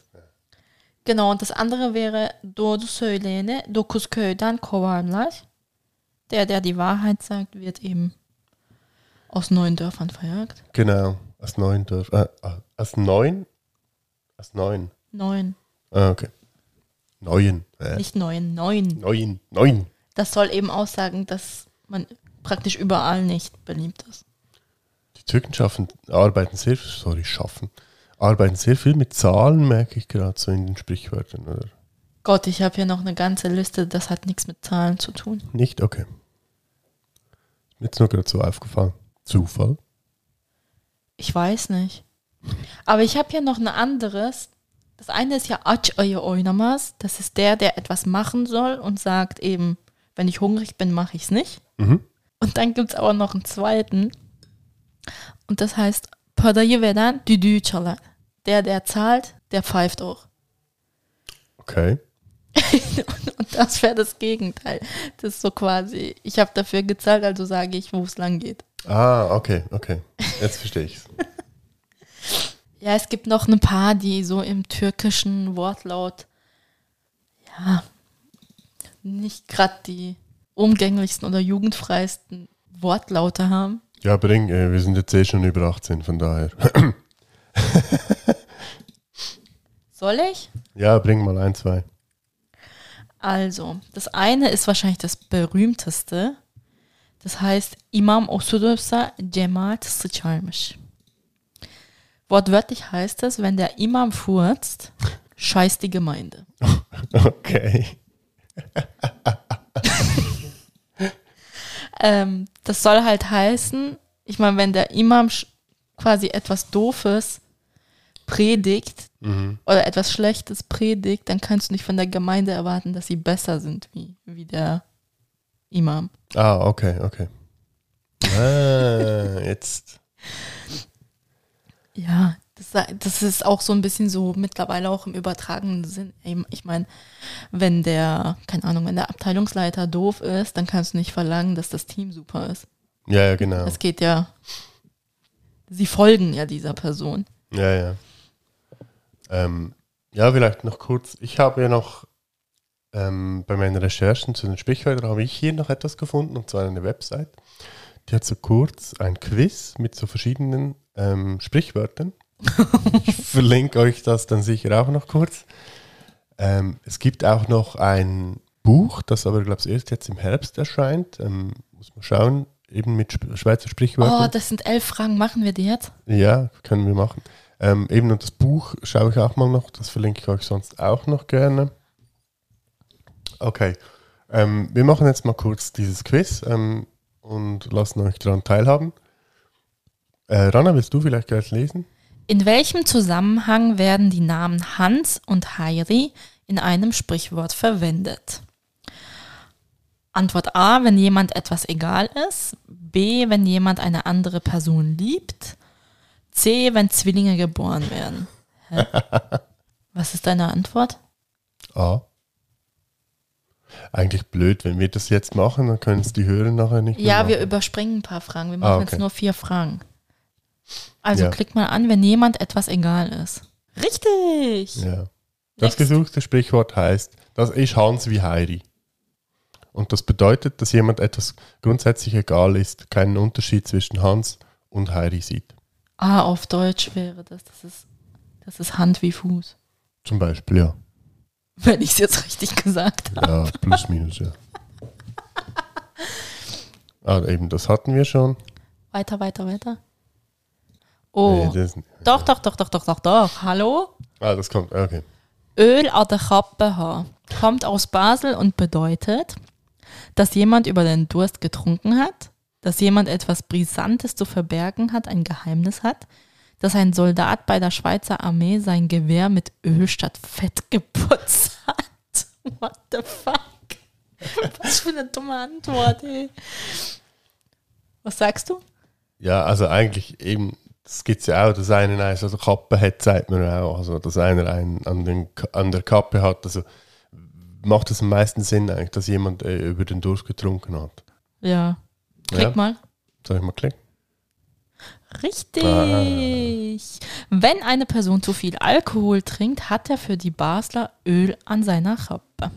Speaker 1: Genau, und das andere wäre doğru söyleyene dokuz köyden kovarlar. Der, der die Wahrheit sagt, wird eben aus neun Dörfern verjagt.
Speaker 2: Genau, als neun Dörf. Äh, äh, als neun? Als neun.
Speaker 1: Neun,
Speaker 2: Ah, okay. Neun. Äh,
Speaker 1: nicht neun, neun.
Speaker 2: neun. Neun.
Speaker 1: Das soll eben aussagen, dass man praktisch überall nicht beliebt ist.
Speaker 2: Die Türken schaffen, arbeiten sehr, sorry, schaffen, arbeiten sehr viel mit Zahlen, merke ich gerade so in den Sprichwörtern, oder?
Speaker 1: Gott, ich habe hier noch eine ganze Liste, das hat nichts mit Zahlen zu tun.
Speaker 2: Nicht? Okay. Ist Mir jetzt nur gerade so aufgefallen. Zufall?
Speaker 1: Ich weiß nicht. Aber ich habe hier noch ein anderes. Das eine ist ja Aç Ayı Oynamas. Das ist der, der etwas machen soll und sagt eben, wenn ich hungrig bin, mache ich es nicht.
Speaker 2: Mhm.
Speaker 1: Und dann gibt es aber noch einen zweiten. Und das heißt Parayı veren düdüğü çalar. Der, der zahlt, der pfeift auch.
Speaker 2: Okay.
Speaker 1: und, und das wäre das Gegenteil. Das ist so quasi, ich habe dafür gezahlt, also sage ich, wo es lang geht.
Speaker 2: Ah, okay, okay. Jetzt verstehe ich es.
Speaker 1: Ja, es gibt noch ein paar, die so im türkischen Wortlaut, ja, nicht gerade die umgänglichsten oder jugendfreisten Wortlaute haben.
Speaker 2: Ja, bring, äh, wir sind jetzt eh schon über 18, von daher. <laughs>
Speaker 1: Soll ich?
Speaker 2: Ja, bring mal ein, zwei. <laughs>
Speaker 1: Also, das eine ist wahrscheinlich das berühmteste. Das heißt, Imam Osudursa Cemaat sıçarmış. Wortwörtlich heißt es, wenn der Imam furzt, scheißt die Gemeinde.
Speaker 2: Okay.
Speaker 1: Ähm, das soll halt heißen, ich meine, wenn der Imam sch- quasi etwas Doofes predigt oder etwas Schlechtes predigt, dann kannst du nicht von der Gemeinde erwarten, dass sie besser sind wie, wie der Imam.
Speaker 2: Ah, okay, okay. Ah, jetzt.
Speaker 1: Ja, das, sei- das ist auch so ein bisschen so mittlerweile auch im übertragenen Sinn. Eben, Ich meine, wenn der, keine Ahnung, wenn der Abteilungsleiter doof ist, dann kannst du nicht verlangen, dass das Team super ist.
Speaker 2: Ja, ja, genau.
Speaker 1: Es geht ja, sie folgen ja dieser Person.
Speaker 2: Ja, ja. Ähm, ja, vielleicht noch kurz. Ich habe ja noch ähm, bei meinen Recherchen zu den Sprichwörtern habe ich hier noch etwas gefunden, und zwar eine Website. Die hat so kurz ein Quiz mit so verschiedenen ähm, Sprichwörtern. ich verlinke euch das dann sicher auch noch kurz. Ähm, es gibt auch noch ein Buch, das aber, glaube ich, erst jetzt im Herbst erscheint. Ähm, muss man schauen, eben mit Sp Schweizer Sprichwörtern.
Speaker 1: Oh, das sind elf Fragen, machen wir die jetzt?
Speaker 2: Ja, können wir machen. Ähm, eben und das Buch schaue ich auch mal noch, das verlinke ich euch sonst auch noch gerne. Okay, ähm, wir machen jetzt mal kurz dieses Quiz ähm, und lassen euch daran teilhaben. Äh, Rana, willst du vielleicht gleich lesen?
Speaker 1: In welchem Zusammenhang werden die Namen Hans und Heiri in einem Sprichwort verwendet? Antwort A, wenn jemand etwas egal ist. B, wenn jemand eine andere Person liebt. C, wenn Zwillinge geboren werden.
Speaker 2: <laughs>
Speaker 1: Hä? Was ist deine Antwort?
Speaker 2: A. Eigentlich blöd, wenn wir das jetzt machen, dann können es die Hörer nachher nicht
Speaker 1: Ja,
Speaker 2: mehr
Speaker 1: wir
Speaker 2: machen.
Speaker 1: überspringen ein paar Fragen. Wir machen
Speaker 2: Genau. Ah, okay.
Speaker 1: jetzt nur vier Fragen. Also
Speaker 2: Ja.
Speaker 1: klick mal an, wenn jemand etwas egal ist. Richtig!
Speaker 2: Ja. Das
Speaker 1: Next.
Speaker 2: gesuchte Sprichwort heißt, das ist Hans wie Heidi. Und das bedeutet, dass jemand etwas grundsätzlich egal ist, keinen Unterschied zwischen Hans und Heidi sieht.
Speaker 1: Ah, auf Deutsch wäre das. Das ist, das ist Hand wie Fuß. <laughs>
Speaker 2: Zum Beispiel, ja.
Speaker 1: Wenn ich es jetzt richtig gesagt habe. <laughs>
Speaker 2: Ja, plus minus, ja. Ah, eben, das hatten wir schon.
Speaker 1: Weiter, weiter, weiter.
Speaker 2: Nee,
Speaker 1: Oh.
Speaker 2: das,
Speaker 1: Doch, doch, doch, doch, doch, doch, doch. Hallo?
Speaker 2: ah, das kommt, okay.
Speaker 1: Öl an der Kappe haben. Kommt aus Basel und bedeutet, dass jemand über den Durst getrunken hat, dass jemand etwas Brisantes zu verbergen hat, ein Geheimnis hat, dass ein Soldat bei der Schweizer Armee sein Gewehr mit Öl statt Fett geputzt hat. <laughs> What the fuck? <laughs> Was für eine dumme Antwort, ey. Was sagst du?
Speaker 2: Ja, also eigentlich eben, Das gibt es ja auch, dass einer eine so eine Kappe hat, sagt man ja auch. Also, dass einer einen an, den, K- an der Kappe hat. Also, macht es am meisten Sinn eigentlich, dass jemand äh, über den Durst getrunken hat.
Speaker 1: Ja. Klick
Speaker 2: Ja.
Speaker 1: mal.
Speaker 2: Soll ich mal klicken?
Speaker 1: Richtig. Wenn eine Person zu viel Alkohol trinkt, hat er für die Basler Öl an seiner Kappe.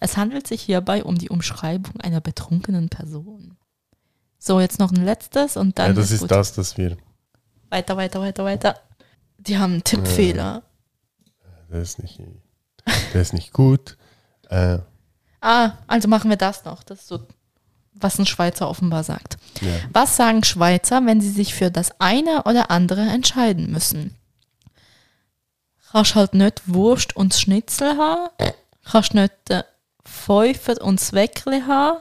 Speaker 1: Es handelt sich hierbei um die Umschreibung einer betrunkenen Person. So, jetzt noch ein letztes und dann
Speaker 2: ja, das ist,
Speaker 1: gut.
Speaker 2: das, dass wir.
Speaker 1: Weiter, weiter, weiter, weiter. Die haben einen Tippfehler.
Speaker 2: Das ist nicht, das ist nicht gut. Äh,
Speaker 1: Ah, also machen wir das noch. Das ist so, was ein Schweizer offenbar sagt.
Speaker 2: ja.
Speaker 1: Was sagen Schweizer, wenn sie sich für das eine oder andere entscheiden müssen? Kannst halt nicht Wurst und Schnitzel haben. Kannst nicht äh, Pfeifer und Zweckli haben.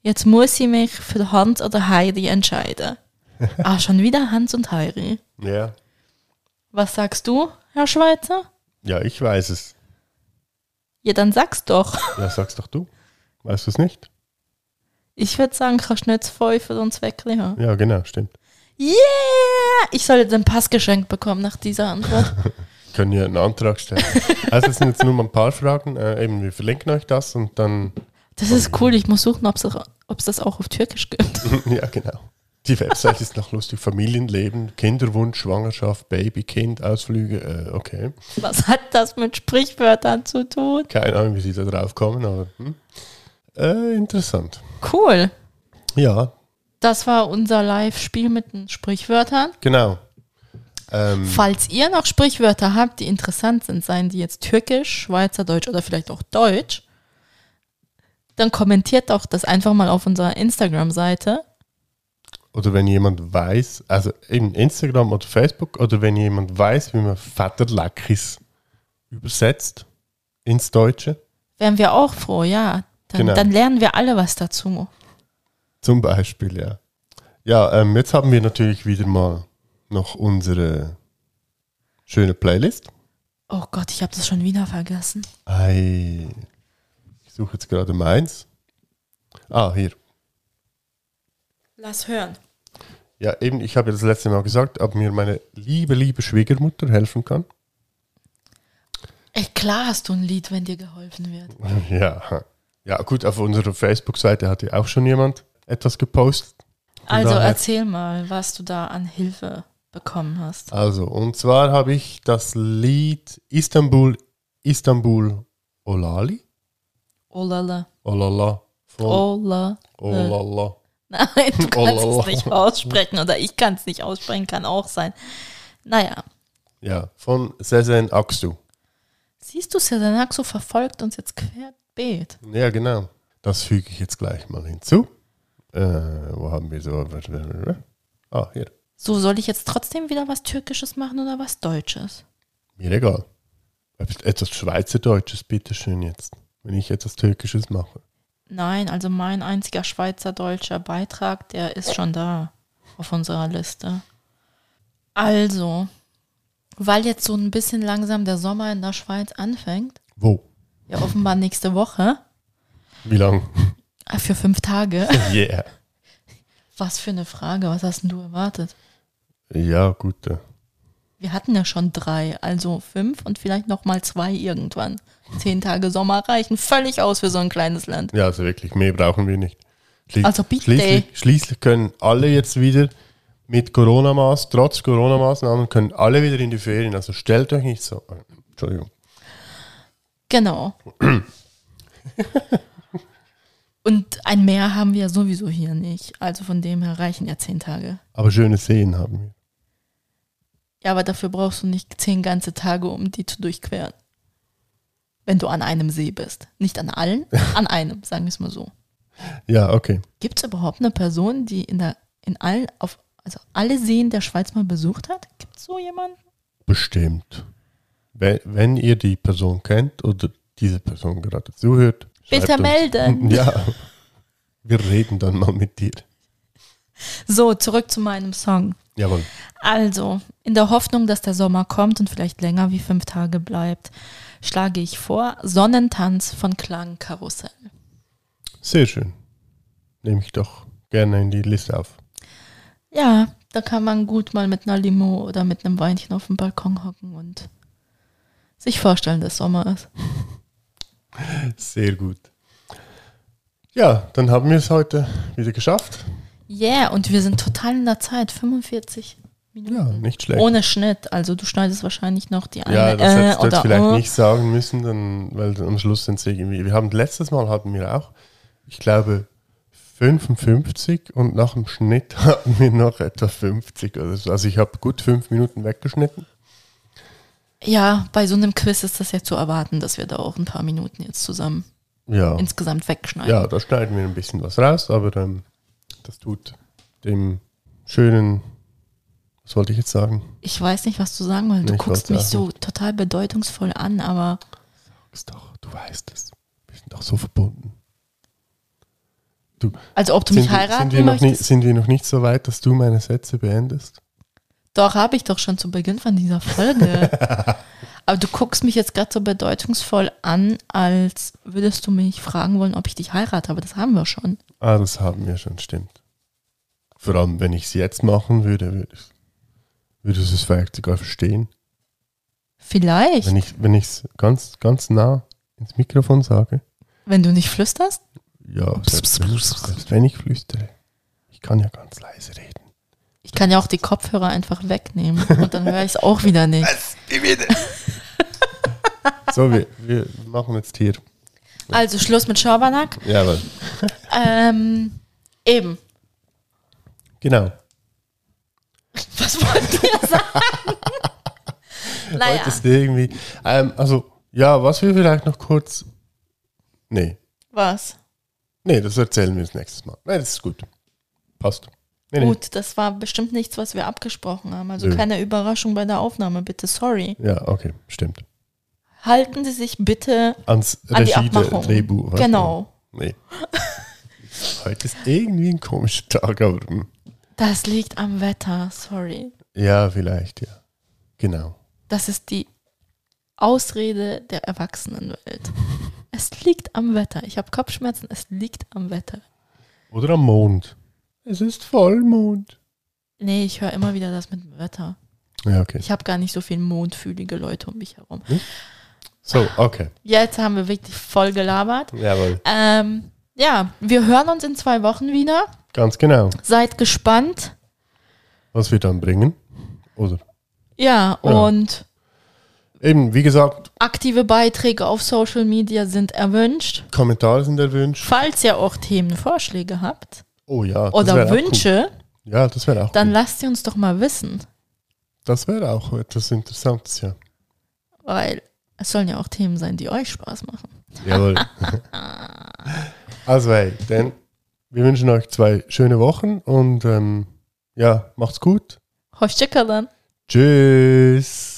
Speaker 1: Jetzt muss ich mich für Hans oder Heidi entscheiden. ah, schon wieder Hans und Heidi.
Speaker 2: ja.
Speaker 1: Was sagst du, Herr Schweizer?
Speaker 2: Ja, ich weiß es.
Speaker 1: Ja, dann sag's doch.
Speaker 2: Ja, sag's doch du. Weißt du es nicht?
Speaker 1: Ich würde sagen, kannst nicht Pfeifer und Zweckli haben.
Speaker 2: Ja, genau, stimmt.
Speaker 1: Yeah! Ich soll jetzt ein Pass geschenkt bekommen nach dieser Antwort.
Speaker 2: Können ja einen Antrag stellen. Also, es sind jetzt nur mal ein paar Fragen. Äh, eben, wir verlinken euch das und dann.
Speaker 1: Das ist cool, ich muss suchen, ob es das auch auf Türkisch gibt. <laughs>
Speaker 2: <laughs> ja, genau. Die Website ist noch lustig. Familienleben, Kinderwunsch, Schwangerschaft, Baby, Kind, Ausflüge. Äh, okay.
Speaker 1: Was hat das mit Sprichwörtern zu tun?
Speaker 2: Keine Ahnung, wie sie da drauf kommen, aber hm. äh, interessant.
Speaker 1: Cool.
Speaker 2: Ja,
Speaker 1: Das war unser Live-Spiel mit den Sprichwörtern.
Speaker 2: genau. Ähm,
Speaker 1: Falls ihr noch Sprichwörter habt, die interessant sind, seien die jetzt türkisch, schweizerdeutsch oder vielleicht auch deutsch, dann kommentiert doch das einfach mal auf unserer Instagram-Seite.
Speaker 2: oder wenn jemand weiß, also eben Instagram oder Facebook, oder wenn jemand weiß, wie man Vaterlackis übersetzt ins Deutsche,
Speaker 1: Wären wir auch froh, ja. Dann,
Speaker 2: Genau.
Speaker 1: dann lernen wir alle was dazu.
Speaker 2: zum Beispiel, ja. Ja, ähm, jetzt haben wir natürlich wieder mal noch unsere schöne Playlist.
Speaker 1: Oh Gott, ich habe das schon wieder vergessen.
Speaker 2: Ei, ich suche jetzt gerade meins. Ah, hier.
Speaker 1: Lass hören.
Speaker 2: Ja, eben, ich habe ja das letzte Mal gesagt, ob mir meine liebe, liebe Schwiegermutter helfen kann. <laughs>
Speaker 1: Ey, klar hast du ein Lied, wenn dir geholfen wird.
Speaker 2: Ja. Ja, gut, auf unserer Facebook-Seite hatte auch schon jemand etwas gepostet. Von
Speaker 1: Also
Speaker 2: daher-
Speaker 1: erzähl mal, was du da an Hilfe bekommen hast.
Speaker 2: Also, und zwar habe ich das Lied Istanbul, Istanbul Olali.
Speaker 1: Olala.
Speaker 2: Olala. Von
Speaker 1: Ola.
Speaker 2: Olala.
Speaker 1: Oh <laughs> Nein,
Speaker 2: <laughs>
Speaker 1: du kannst
Speaker 2: Olala.
Speaker 1: es nicht aussprechen oder ich kann es nicht aussprechen, kann auch sein. Naja,
Speaker 2: Ja, von Sezen Aksu.
Speaker 1: siehst du, Sedanaxo verfolgt uns jetzt querbeet.
Speaker 2: Ja, genau. Das füge ich jetzt gleich mal hinzu. Äh, wo haben wir so? Ah, hier.
Speaker 1: So, soll ich jetzt trotzdem wieder was Türkisches machen oder was Deutsches?
Speaker 2: Mir egal. Etwas Schweizerdeutsches, bitteschön jetzt. Wenn ich etwas Türkisches mache.
Speaker 1: Nein, also mein einziger schweizerdeutscher Beitrag, der ist schon da auf unserer Liste. Also, weil jetzt so ein bisschen langsam der Sommer in der Schweiz anfängt,
Speaker 2: Wo?
Speaker 1: Ja, offenbar nächste Woche.
Speaker 2: Wie lang?
Speaker 1: Ah, Für fünf Tage.
Speaker 2: <laughs> Yeah.
Speaker 1: Was für eine Frage. Was hast denn du erwartet?
Speaker 2: Ja, gut. äh,
Speaker 1: Wir hatten ja schon drei, also fünf und vielleicht nochmal zwei irgendwann. Zehn Tage Sommer reichen völlig aus für so ein kleines Land.
Speaker 2: Ja, also wirklich, mehr brauchen wir nicht. Schli-
Speaker 1: Also bitte.
Speaker 2: Schließlich, schließlich können alle jetzt wieder mit Corona-Maß, trotz Corona-Maßnahmen, können alle wieder in die Ferien. Also stellt euch nicht so. äh, Entschuldigung.
Speaker 1: Genau. Und ein Meer haben wir sowieso hier nicht. Also von dem her reichen ja zehn Tage.
Speaker 2: Aber schöne Seen haben wir.
Speaker 1: Ja, aber dafür brauchst du nicht zehn ganze Tage, um die zu durchqueren. Wenn du an einem See bist. Nicht an allen, an einem, sagen wir es mal so.
Speaker 2: Ja, okay.
Speaker 1: Gibt es überhaupt eine Person, die in der in allen auf also alle Seen der Schweiz mal besucht hat? Gibt es so jemanden?
Speaker 2: Bestimmt. Wenn, wenn ihr die Person kennt oder diese Person gerade zuhört, schreibt
Speaker 1: Bitte
Speaker 2: uns. <laughs>
Speaker 1: melden.
Speaker 2: Ja. Wir reden dann mal mit dir.
Speaker 1: So, zurück zu meinem Song.
Speaker 2: Jawohl.
Speaker 1: Also, in der Hoffnung, dass der Sommer kommt und vielleicht länger wie fünf Tage bleibt, schlage ich vor Sonnentanz von Klangkarussell.
Speaker 2: Sehr schön. Nehme ich doch gerne in die Liste auf.
Speaker 1: Ja, Da kann man gut mal mit einer Limo oder mit einem Weinchen auf dem Balkon hocken und sich vorstellen, dass Sommer ist.
Speaker 2: Sehr gut. Ja, dann haben wir es heute wieder geschafft.
Speaker 1: Yeah, und wir sind total in der Zeit, 45 Minuten.
Speaker 2: Ja, nicht schlecht.
Speaker 1: Ohne Schnitt, also du schneidest wahrscheinlich noch die eine
Speaker 2: ja, das hättest
Speaker 1: äh,
Speaker 2: du jetzt
Speaker 1: oder
Speaker 2: vielleicht
Speaker 1: oh.
Speaker 2: nicht sagen müssen, dann, weil am Schluss sind sie irgendwie. Wir haben letztes Mal hatten wir auch, ich glaube, 55 und nach dem Schnitt <laughs> hatten wir noch etwa 50 oder so. Also ich habe gut fünf Minuten weggeschnitten.
Speaker 1: Ja, bei so einem Quiz ist das ja zu erwarten, dass wir da auch ein paar Minuten jetzt zusammen
Speaker 2: Ja.
Speaker 1: insgesamt wegschneiden.
Speaker 2: Ja, da schneiden wir ein bisschen was raus, aber ähm, das tut dem schönen, was wollte ich jetzt sagen?
Speaker 1: Ich weiß nicht, was du sagen wolltest. Du
Speaker 2: Ich
Speaker 1: guckst
Speaker 2: weiß
Speaker 1: mich
Speaker 2: auch
Speaker 1: so total bedeutungsvoll an, aber
Speaker 2: Ist doch, du weißt es. Wir sind doch so verbunden. Du,
Speaker 1: also ob du
Speaker 2: sind,
Speaker 1: mich
Speaker 2: wir-
Speaker 1: heiraten
Speaker 2: sind, wir noch nicht,
Speaker 1: möchtest.
Speaker 2: sind wir noch nicht so weit, dass du meine Sätze beendest?
Speaker 1: Doch, habe ich doch schon zu Beginn von
Speaker 2: <laughs>
Speaker 1: dieser Folge. aber du guckst mich jetzt gerade so bedeutungsvoll an, als würdest du mich fragen wollen, ob ich dich heirate, aber das haben wir schon.
Speaker 2: Ah, das haben wir schon, stimmt. Vor allem, wenn ich es jetzt machen würde, würde ich würdest du es vielleicht sogar verstehen.
Speaker 1: Vielleicht,
Speaker 2: Wenn ich es ganz, ganz nah ins Mikrofon sage.
Speaker 1: wenn du nicht flüsterst.
Speaker 2: Ja, selbst, selbst wenn ich flüstere. Ich kann ja ganz leise reden.
Speaker 1: Ich kann ja auch die Kopfhörer einfach wegnehmen und dann höre ich es auch wieder nicht.
Speaker 2: So, wir, wir machen jetzt hier.
Speaker 1: Also Schluss mit Schabernack.
Speaker 2: Ja, aber
Speaker 1: Ähm, eben.
Speaker 2: genau.
Speaker 1: Was wollt ihr sagen? <laughs> naja, Ah,
Speaker 2: Heute ist irgendwie. Ähm, also, ja, was wir vielleicht noch kurz. Nee,
Speaker 1: was?
Speaker 2: nee, das erzählen wir das nächste Mal. Nein, das ist gut. Passt. Nee, nee.
Speaker 1: Gut, das war bestimmt nichts, was wir abgesprochen haben. Also
Speaker 2: Nö.
Speaker 1: keine Überraschung bei der Aufnahme, bitte. Sorry.
Speaker 2: Ja, okay, stimmt.
Speaker 1: Halten Sie sich bitte
Speaker 2: Ans
Speaker 1: an die
Speaker 2: Regie,
Speaker 1: Abmachung.
Speaker 2: Drehbuch. was?
Speaker 1: genau.
Speaker 2: Nee. Heute ist irgendwie ein komischer Tag, aber. hm,
Speaker 1: Das liegt am Wetter, sorry.
Speaker 2: Ja, vielleicht, ja. Genau.
Speaker 1: Das ist die Ausrede der Erwachsenenwelt. Es liegt am Wetter. Ich habe Kopfschmerzen, es liegt am Wetter.
Speaker 2: Oder am Mond. Es ist Vollmond.
Speaker 1: Nee, ich höre immer wieder das mit dem Wetter.
Speaker 2: Ja, okay.
Speaker 1: Ich habe gar nicht so viel mondfühlige Leute um mich herum.
Speaker 2: So, okay.
Speaker 1: Jetzt haben wir wirklich voll gelabert.
Speaker 2: Jawohl.
Speaker 1: Ähm, ja, wir hören uns in zwei Wochen wieder.
Speaker 2: Ganz genau.
Speaker 1: Seid gespannt.
Speaker 2: Was wir dann bringen. Oder
Speaker 1: Ja,
Speaker 2: Ja.
Speaker 1: und
Speaker 2: eben, wie gesagt,
Speaker 1: aktive Beiträge auf Social Media sind erwünscht.
Speaker 2: Kommentare sind erwünscht.
Speaker 1: Falls ihr auch Themenvorschläge habt
Speaker 2: Oh ja. das
Speaker 1: oder
Speaker 2: wär auch
Speaker 1: Wünsche,
Speaker 2: Cool. Ja, das wäre auch
Speaker 1: dann
Speaker 2: cool.
Speaker 1: lasst sie uns doch mal wissen,
Speaker 2: Das wäre auch etwas Interessantes, ja.
Speaker 1: weil es sollen ja auch Themen sein, die euch Spaß machen.
Speaker 2: Jawohl. <laughs> also hey, dann, wir wünschen euch zwei schöne Wochen und ähm, ja, macht's gut.
Speaker 1: Hoşça kalın.
Speaker 2: Tschüss.